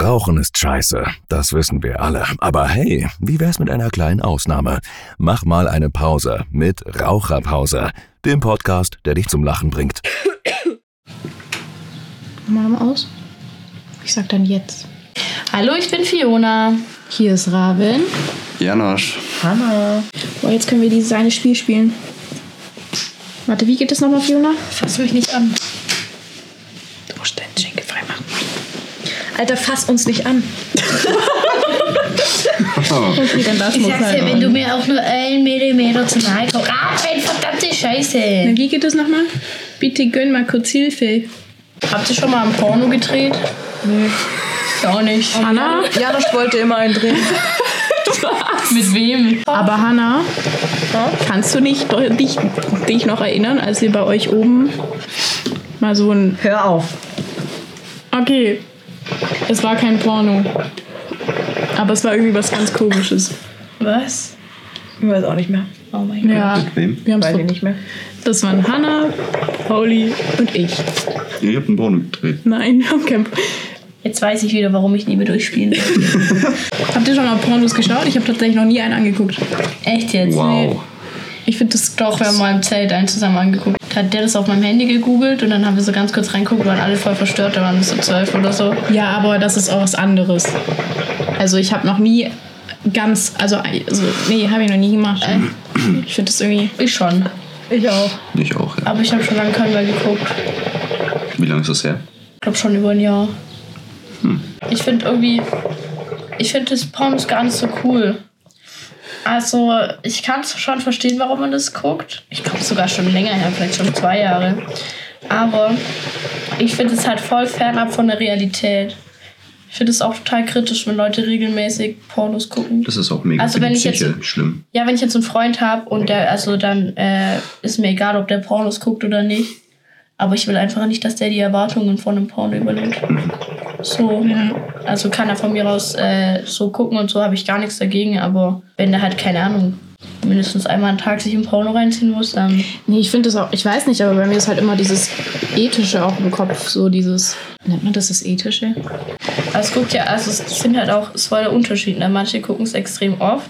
Rauchen ist scheiße, das wissen wir alle. Aber hey, wie wär's mit einer kleinen Ausnahme? Mach mal eine Pause mit Raucherpause, dem Podcast, der dich zum Lachen bringt. Mal mal aus. Ich sag dann jetzt. Hallo, ich bin Fiona. Hier ist Raven. Janosch. Hanna. Boah, jetzt können wir dieses eine Spiel spielen. Warte, wie geht es nochmal, Fiona? Fass mich nicht an. Du musst deinen Schenkel freimachen. Alter, fass uns nicht an. Okay, dann lass Ich sag's dir, wenn du mir auch nur einen Millimeter zu nahe kommst. Ah, mein verdammte Scheiße. Wie geht es nochmal? Bitte gönn mal kurz Hilfe. Habt ihr schon mal ein Porno gedreht? Nee. Auch nicht. Hanna? Janosch wollte immer einen drehen. Mit wem? Aber Hanna, kannst du nicht, dich, dich noch erinnern, als wir bei euch oben mal so ein... Hör auf. Okay, es war kein Porno. Aber es war irgendwie was ganz Komisches. Was? Ich weiß auch nicht mehr. Oh mein Gott. Ja, Mit wem? wir haben's Weiß ich ver- nicht mehr. Das waren Hanna, Pauli und ich. Ihr habt einen Porno gedreht. Nein, wir haben kein... Jetzt weiß ich wieder, warum ich nie mehr durchspielen will. Habt ihr schon mal Pornos geschaut? Ich habe tatsächlich noch nie einen angeguckt. Echt jetzt? Wow. Ich finde das Doch, wir haben mal im Zelt einen zusammen angeguckt. Da hat der das auf meinem Handy gegoogelt und dann haben wir so ganz kurz reingeguckt, waren alle voll verstört, da waren so zwölf oder so. Ja, aber das ist auch was anderes. Also ich habe noch nie ganz, also, also nee, habe ich noch nie gemacht. Ich finde das irgendwie. Ich schon. Ich auch. Ich auch, ja. Aber ich habe schon lange keinen mehr geguckt. Wie lange ist das her? Ich glaube schon über ein Jahr. Ich finde irgendwie, ich finde das Pornos gar nicht so cool. Also, ich kann es schon verstehen, warum man das guckt. Ich glaube sogar schon länger her, vielleicht schon zwei Jahre. Aber ich finde es halt voll fernab von der Realität. Ich finde es auch total kritisch, wenn Leute regelmäßig Pornos gucken. Das ist auch mega Also für wenn die ich jetzt- Psyche schlimm. Ja, wenn ich jetzt einen Freund habe und der, also dann äh, ist mir egal, ob der Pornos guckt oder nicht. Aber ich will einfach nicht, dass der die Erwartungen von einem Porno übernimmt. So, also kann er von mir aus äh, so gucken und so habe ich gar nichts dagegen. Aber wenn der halt, keine Ahnung, mindestens einmal am Tag sich im Porno reinziehen muss, dann Nee, ich finde das auch, ich weiß nicht, aber bei mir ist halt immer dieses Ethische auch im Kopf, so dieses, nennt man das das Ethische? Also es guckt ja, also es sind halt auch, es war der Unterschied. Ne? Manche gucken es extrem oft,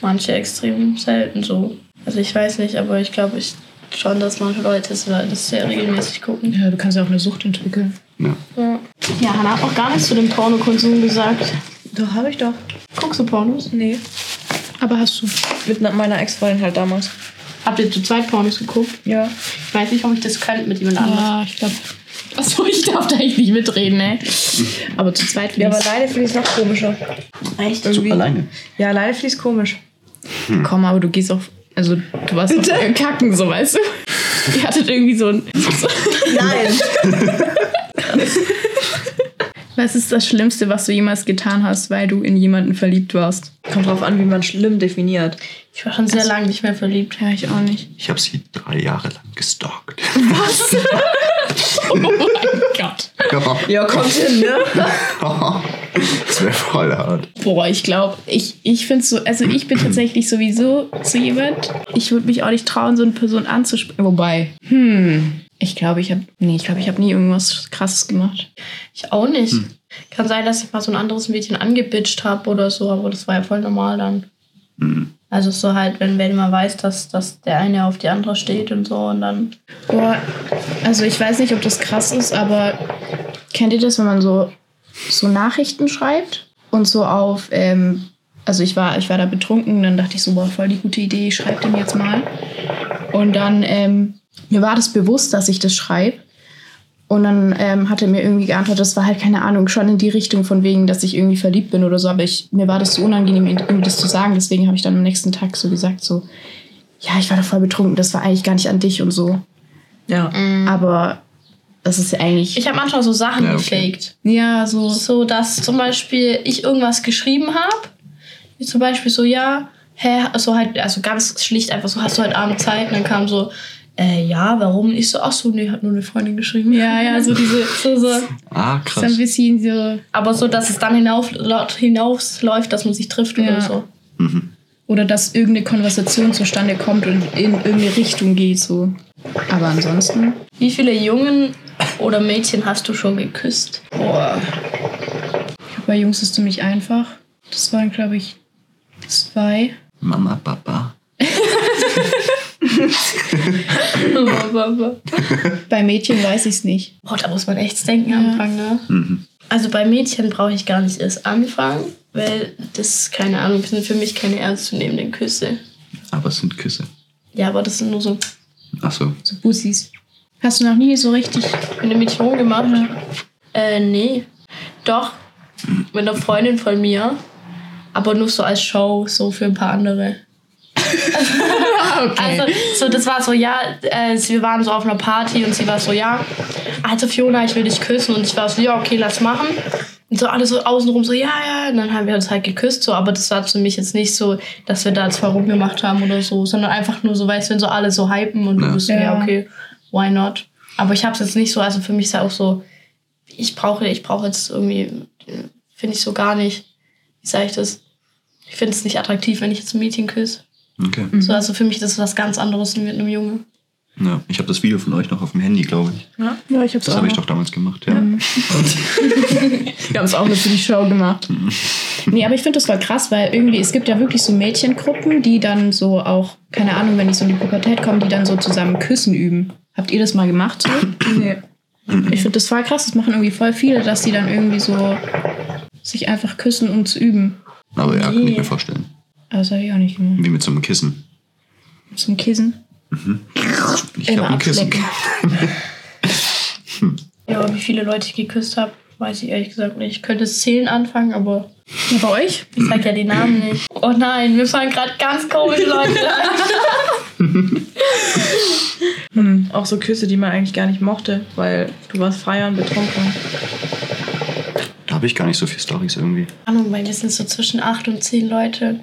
manche extrem selten so. Also ich weiß nicht, aber ich glaube ich schon, dass manche Leute es- das sehr regelmäßig gucken. Ja, du kannst ja auch eine Sucht entwickeln. Ja. Ja, Hannah hat auch gar nichts zu dem Pornokonsum gesagt. Doch, habe ich doch. Guckst du Pornos? Nee. Aber hast du. Mit ne- meiner Ex-Freundin halt damals. Habt ihr zu zweit Pornos geguckt? Ja. Ich weiß nicht, ob ich das könnte mit jemand anderem. Ja, ich glaube. Achso, ich darf da eigentlich nicht mitreden, ne? Aber zu zweit Ja, finde aber ich leider finde ich es noch komischer. Echt? Irgendwie. Alleine. Ja, leider finde ich es komisch. Komm, aber du gehst auf. Also, du warst auf äh, Kacken, so weißt du. Ihr hattet irgendwie so ein. Nein. Was ist das Schlimmste, was du jemals getan hast, weil du in jemanden verliebt warst? Kommt drauf an, wie man schlimm definiert. Ich war schon sehr lange nicht mehr verliebt. Ja, ich auch nicht. Ich habe sie drei Jahre lang gestalkt. Oh mein Gott. Ja, kommt hin, ne? das wäre voll hart. Boah, ich glaube, ich, ich finde so, also ich bin tatsächlich sowieso so jemand. Ich würde mich auch nicht trauen, so eine Person anzusprechen. Wobei, hm, ich glaube, ich habe, nee, ich glaube, ich habe nie irgendwas Krasses gemacht. Ich auch nicht. Hm. Kann sein, dass ich mal so ein anderes Mädchen angebitscht habe oder so, aber das war ja voll normal dann. Hm. Also so halt, wenn, wenn man weiß, dass, dass der eine auf die andere steht und so und dann. Boah, also ich weiß nicht, ob das krass ist, aber kennt ihr das, wenn man so, so Nachrichten schreibt und so auf, ähm, also ich war, ich war da betrunken, dann dachte ich so, boah, voll die gute Idee, ich schreibe dem jetzt mal. Und dann, ähm, mir war das bewusst, dass ich das schreibe. Und dann ähm, hat er mir irgendwie geantwortet, das war halt keine Ahnung, schon in die Richtung von wegen, dass ich irgendwie verliebt bin oder so. Aber ich, mir war das so unangenehm, irgendwie das zu sagen. Deswegen habe ich dann am nächsten Tag so gesagt, so, ja, ich war doch voll betrunken, das war eigentlich gar nicht an dich und so. Ja. Mhm. Aber das ist ja eigentlich. Ich habe manchmal so Sachen Ja, okay. gefaked. ja, so. So, dass zum Beispiel ich irgendwas geschrieben habe. Wie zum Beispiel so, ja, hä, so halt, also ganz schlicht einfach so, hast du heute Abend Zeit? Und dann kam so, äh, ja, warum? Und ich so, ach so, nee, hat nur eine Freundin geschrieben. Ja, ja, so diese. So, so. Ah, So ein krass. bisschen so. Aber so, dass es dann hinauf, laut hinausläuft, dass man sich trifft Ja. oder so. Mhm. Oder dass irgendeine Konversation zustande kommt und in irgendeine Richtung geht, so. Aber ansonsten. Wie viele Jungen oder Mädchen hast du schon geküsst? Boah. Ich hab bei Jungs ist ziemlich einfach. Das waren, glaube ich, zwei. Mama, Papa. oh, Bei Mädchen weiß ich es nicht. da muss man echt denken am Ja. Anfang, ne? Mhm. Also bei Mädchen brauche ich gar nicht erst anfangen, weil das, keine Ahnung, sind für mich keine ernstzunehmenden Küsse. Aber es sind Küsse. Ja, aber das sind nur so Achso. So Bussis. Hast du noch nie so richtig. mit dem Mädchen rumgemacht. Äh, nee. Doch, mit einer Freundin von mir. Aber nur so als Show, so für ein paar andere. Also, so, das war so, ja, äh, sie- wir waren so auf einer Party und sie war so, ja, also Fiona, ich will dich küssen. Und ich war so, ja, okay, lass machen. Und so alle so außenrum so, ja, ja. Und dann haben wir uns halt geküsst, so, aber das war für mich jetzt nicht so, dass wir da jetzt voll rumgemacht haben oder so, sondern einfach nur so, weißt du, wenn so alle so hypen und Ja. du bist so, ja, Ja. okay, why not? Aber ich hab's jetzt nicht so, also für mich ist ja auch so, ich brauche, ich brauche jetzt irgendwie, finde ich so gar nicht, wie sage ich das? Ich finde es nicht attraktiv, wenn ich jetzt ein Mädchen küsse. Okay. So, also für mich das ist was ganz anderes mit einem Junge. Ja, ich habe das Video von euch noch auf dem Handy, glaube ich. Ja, ich hab's Das habe ich doch damals gemacht, ja. Wir haben es auch nur für die Show gemacht. Nee, aber ich finde das voll krass, weil irgendwie, es gibt ja wirklich so Mädchengruppen, die dann so auch, keine Ahnung, wenn die so in die Pubertät kommen, die dann so zusammen Küssen üben. Habt ihr das mal gemacht? So? Nee. Ich finde das voll krass, das machen irgendwie voll viele, dass die dann irgendwie so sich einfach küssen, um zu üben. Aber ja, kann Nee. ich mir vorstellen. Aber das habe ich auch nicht gemacht. Wie mit so einem Kissen. Zum Kissen. Ich habe ein Kissen. abschlecken. Ja, aber wie viele Leute ich geküsst habe, weiß ich ehrlich gesagt nicht. Ich könnte es zählen anfangen, aber Ja, bei euch? ich sag ja die Namen nicht. Oh nein, mir fallen gerade ganz komische Leute ein. Hm. Auch so Küsse, die man eigentlich gar nicht mochte, weil du warst freier und betrunken. Da habe ich gar nicht so viele Stories irgendwie. Keine Ahnung, weil wir sind so zwischen 8 und 10 Leute.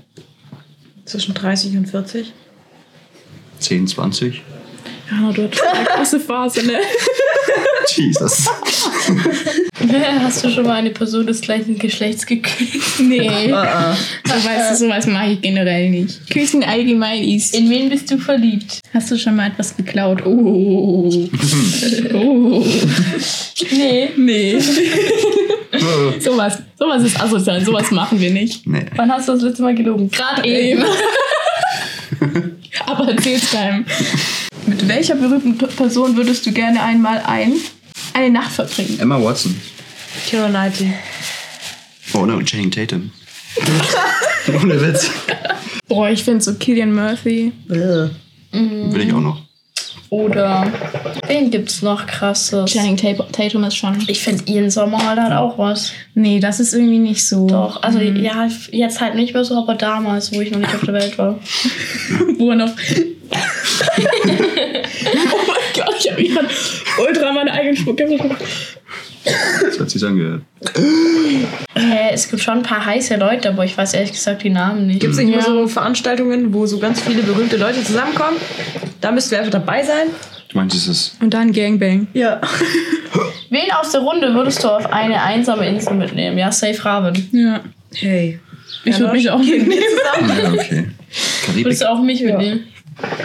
Zwischen 30 und 40. 10, 20. Ja, du hattest eine krasse Phase, ne? Jesus. Hast du schon mal eine Person des gleichen Geschlechts geküsst? Nee, Ah, ah. weißt du, sowas mache ich generell nicht. Küssen allgemein ist. In wen bist du verliebt? Hast du schon mal etwas geklaut? Oh. oh. Nee. Nee. Sowas sowas ist asozial, sowas machen wir nicht. nee. Wann hast du das letzte Mal gelogen? Gerade eben. Eben. Aber erzähl's keinem. Mit welcher berühmten P- Person würdest du gerne einmal ein? Eine Nacht verbringen. Emma Watson. Kira Knightley. Oh no, Channing Tatum. Ohne Witz. Boah, ich finde so Killian Murphy. Will ich auch noch. Oder wen gibt's noch krasses? Channing Tat- Tatum ist schon. Ich finde Ian Sommerhalder hat auch was. Nee, das ist irgendwie nicht so. Doch, also ja, jetzt halt nicht mehr so, aber damals, wo ich noch nicht auf der Welt war. Wo er noch. oh mein Gott, ich habe gerade ultra meine eigenen Spucke bekommen. Das hat sie angehört. Äh, es gibt schon ein paar heiße Leute, aber ich weiß ehrlich gesagt die Namen nicht. Gibt es nicht mehr so Veranstaltungen, wo so ganz viele berühmte Leute zusammenkommen? Da müssten wir einfach dabei sein. Du meinst, es ist. Und dann Gangbang. Ja. Wen aus der Runde würdest du auf eine einsame Insel mitnehmen? Ja, safe Raven. Ja. Hey. Ich Ja, würde mich doch. auch mitnehmen. Ja, okay. Karibik. Würdest du auch mich mitnehmen?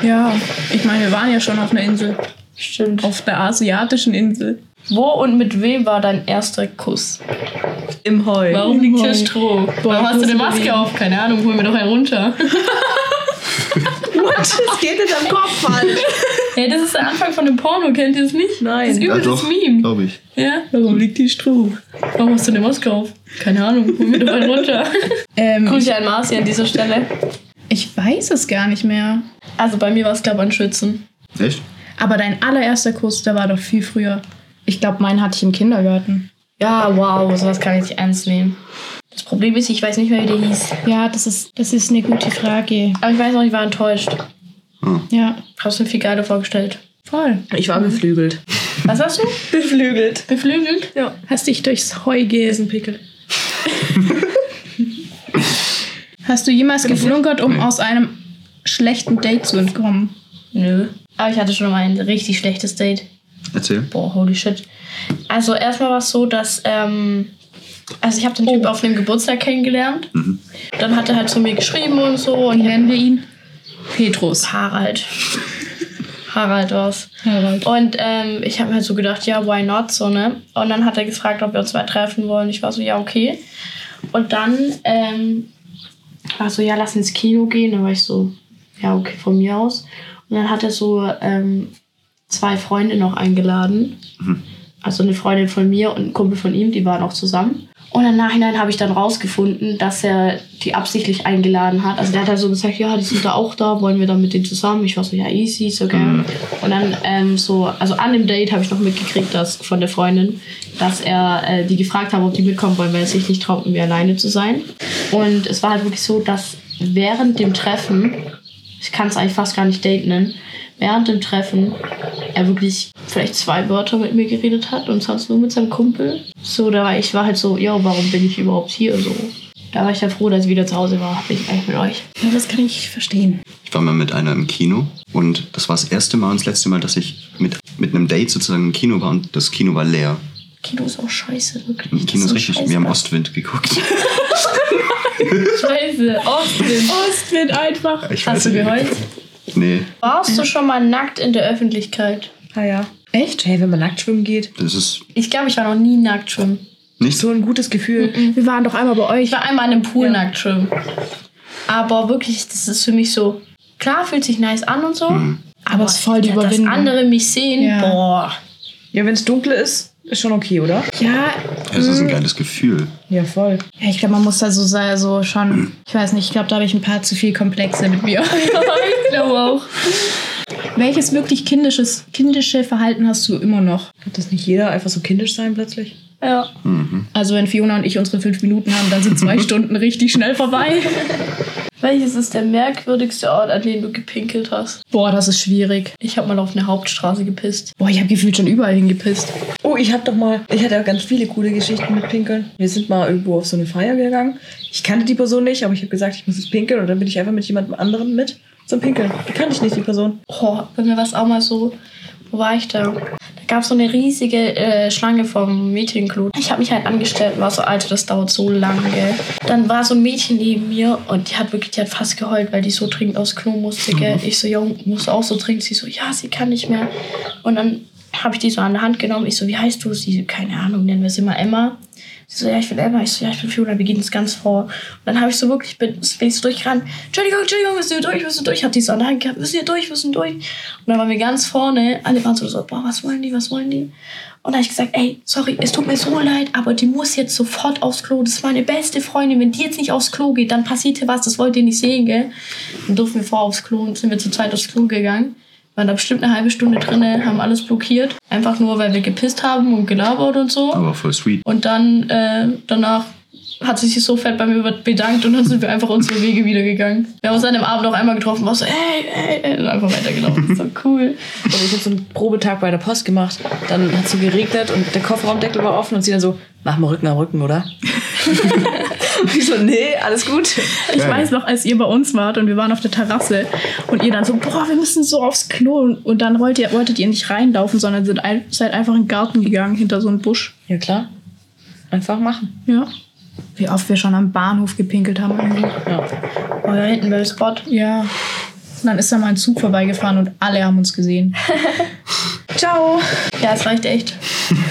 Ja, ich meine, wir waren ja schon auf einer Insel. Stimmt. Auf der asiatischen Insel. Wo und mit wem war dein erster Kuss? Im Heu. Warum liegt hier Stroh? Warum hast du eine Maske auf? Keine Ahnung, hol mir doch einen runter. What? Das geht in deinem Kopf falsch. Hey, das ist der Anfang von dem Porno, kennt ihr es nicht? Nein. Das ist übel das Meme. Glaube ich. Ja? Warum liegt die Stroh? Warum hast du eine Maske auf? Keine Ahnung, hol mir doch einen runter. Ähm, Grüße an Marci an dieser Stelle. ich weiß es gar nicht mehr. Also bei mir war es, glaube ich, ein Schützen. Echt? Aber dein allererster Kuss, der war doch viel früher. Ich glaube, meinen hatte ich im Kindergarten. Ja, wow, sowas kann ich nicht ernst nehmen. Das Problem ist, ich weiß nicht mehr, wie der hieß. Ja, das ist, das ist eine gute Frage. Aber ich weiß noch, ich war enttäuscht. Ja, Hab's mir viel geiler vorgestellt. voll. Ich war beflügelt. Was hast du? Beflügelt. Beflügelt? Ja. Hast dich durchs Heu gelesen. Pickel. Hast du jemals geflunkert, um aus einem schlechten Date zu entkommen? Nö. Aber ich hatte schon mal ein richtig schlechtes Date. Erzähl. Boah, holy shit. Also erstmal war es so, dass, ähm, also ich habe den Oh. Typ auf einem Geburtstag kennengelernt. Dann hat er halt zu mir geschrieben und so und Wie nennen wir ihn? Petrus. Harald. Harald war's. Harald. Und ähm, ich habe mir halt so gedacht, ja, why not, so, ne? Und dann hat er gefragt, ob wir uns mal treffen wollen. Ich war so, ja, okay. Und dann ähm, war so, ja, lass ins Kino gehen. Dann war ich so, ja, okay, von mir aus. Und dann hat er so ähm, zwei Freunde noch eingeladen. Also eine Freundin von mir und ein Kumpel von ihm, die waren auch zusammen. Und im Nachhinein habe ich dann rausgefunden, dass er die absichtlich eingeladen hat. Also der hat halt so gesagt, ja, die sind da auch da, wollen wir dann mit denen zusammen? Ich war so, ja, easy, ist okay. Und dann ähm, so, also an dem Date habe ich noch mitgekriegt, dass von der Freundin, dass er äh, die gefragt haben, ob die mitkommen wollen, weil es sich nicht trauten, mir alleine zu sein. Und es war halt wirklich so, dass während dem Treffen, ich kann es eigentlich fast gar nicht Date nennen, während dem Treffen er wirklich vielleicht zwei Wörter mit mir geredet hat und sonst nur mit seinem Kumpel. So, da war ich war halt so, ja, warum bin ich überhaupt hier so? Da war ich ja froh, dass ich wieder zu Hause war. Bin ich eigentlich mit euch. Ja, das kann ich verstehen. Ich war mal mit einer im Kino und das war das erste Mal und das letzte Mal, dass ich mit, mit einem Date sozusagen im Kino war und das Kino war leer. Kino ist auch scheiße, wirklich. Im Das Kino ist so richtig, scheiße. wir haben Ostwind geguckt. Scheiße, Austin. Ostwind einfach. Ich Hast weiß du nicht. geheult? Nee, Warst du schon mal nackt in der Öffentlichkeit? Ah ja. Echt? Hey, wenn man nackt schwimmen geht, das ist Ich glaube, ich war noch nie nackt schwimmen. nicht so. so ein gutes Gefühl. Wir waren doch einmal bei Ich euch. war einmal in einem Pool nackt schwimmen. Aber wirklich, das ist für mich so, klar, fühlt sich nice an und so. Mhm. Aber es ist voll die ja, dass Überwindung. andere mich sehen, Ja. boah. Ja, wenn es dunkel ist, ist schon okay, oder? Ja, Es ist ein geiles Gefühl. Ja, voll. Ja, ich glaube, man muss da so, sei- so schon, ich weiß nicht, ich glaube, da habe ich ein paar zu viel Komplexe mit mir. ich glaube auch. Welches wirklich kindisches, kindische Verhalten hast du immer noch? Hat das nicht jeder einfach so kindisch sein plötzlich? Ja. Also wenn Fiona und ich unsere fünf Minuten haben, dann sind zwei Stunden richtig schnell vorbei. Welches ist der merkwürdigste Ort, an dem du gepinkelt hast? Boah, das ist schwierig. Ich habe mal auf eine Hauptstraße gepisst. Boah, ich habe gefühlt schon überall hingepisst. Oh, ich hab doch mal, ich hatte ja ganz viele coole Geschichten mit Pinkeln. Wir sind mal irgendwo auf so eine Feier gegangen. Ich kannte die Person nicht, aber ich habe gesagt, ich muss jetzt pinkeln und dann bin ich einfach mit jemandem anderem mit zum Pinkeln. Die kannte ich nicht, die Person. Oh, bei mir war es auch mal so. Wo war ich da? Da gab es so eine riesige äh, Schlange vom Mädchenklo. Ich habe mich halt angestellt und war so, Alter, das dauert so lange. Gell? Dann war so ein Mädchen neben mir und die hat wirklich, die hat fast geheult, weil die so dringend aufs Klo musste. Gell? Ich so, ja, muss auch so dringend. Sie so, ja, sie kann nicht mehr. Und dann habe ich die so an der Hand genommen. Ich so, wie heißt du? Sie, so, keine Ahnung, nennen wir sie mal Emma. Sie so, ja, ich bin Emma. Ich so, ja, ich bin Fiona, wir gehen uns ganz vor. Und dann habe ich so wirklich, bin, bin ich so durchgerannt. Entschuldigung, Entschuldigung, müssen wir durch, müssen wir durch. Hab die so an der Hand gehabt, müssen wir durch, müssen wir durch. Und dann waren wir ganz vorne. Alle waren so, so boah, was wollen die, was wollen die? Und dann habe ich gesagt, ey, sorry, es tut mir so leid, aber die muss jetzt sofort aufs Klo. Das ist meine beste Freundin. Wenn die jetzt nicht aufs Klo geht, dann passiert hier was. Das wollt ihr nicht sehen, gell? Dann durften wir vor aufs Klo und sind wir zu zweit aufs Klo gegangen. Waren da bestimmt eine halbe Stunde drinnen, haben alles blockiert. Einfach nur, weil wir gepisst haben und gelabert und so. Aber voll sweet. Und dann äh, danach hat sie sich so fett bei mir bedankt und dann sind wir einfach unsere Wege wieder gegangen. Wir haben uns an dem Abend auch einmal getroffen, war so, ey, ey, ey, und einfach weitergelaufen. So cool. Und ich habe so einen Probetag bei der Post gemacht. Dann hat es so geregnet und der Kofferraumdeckel war offen und sie dann so, mach mal Rücken am Rücken, oder? und ich so, nee, alles gut. Ich weiß noch, als ihr bei uns wart und wir waren auf der Terrasse und ihr dann so, boah, wir müssen so aufs Klo. Und dann wollt ihr, wolltet ihr nicht reinlaufen, sondern sind ein, seid einfach in den Garten gegangen, hinter so einem Busch. Ja klar, einfach machen. Ja. Wie oft wir schon am Bahnhof gepinkelt haben. Irgendwie. Ja. Oh, da hinten bei dem Spot. Ja. Und dann ist da mal ein Zug vorbeigefahren und alle haben uns gesehen. Ciao. Ja, es reicht echt.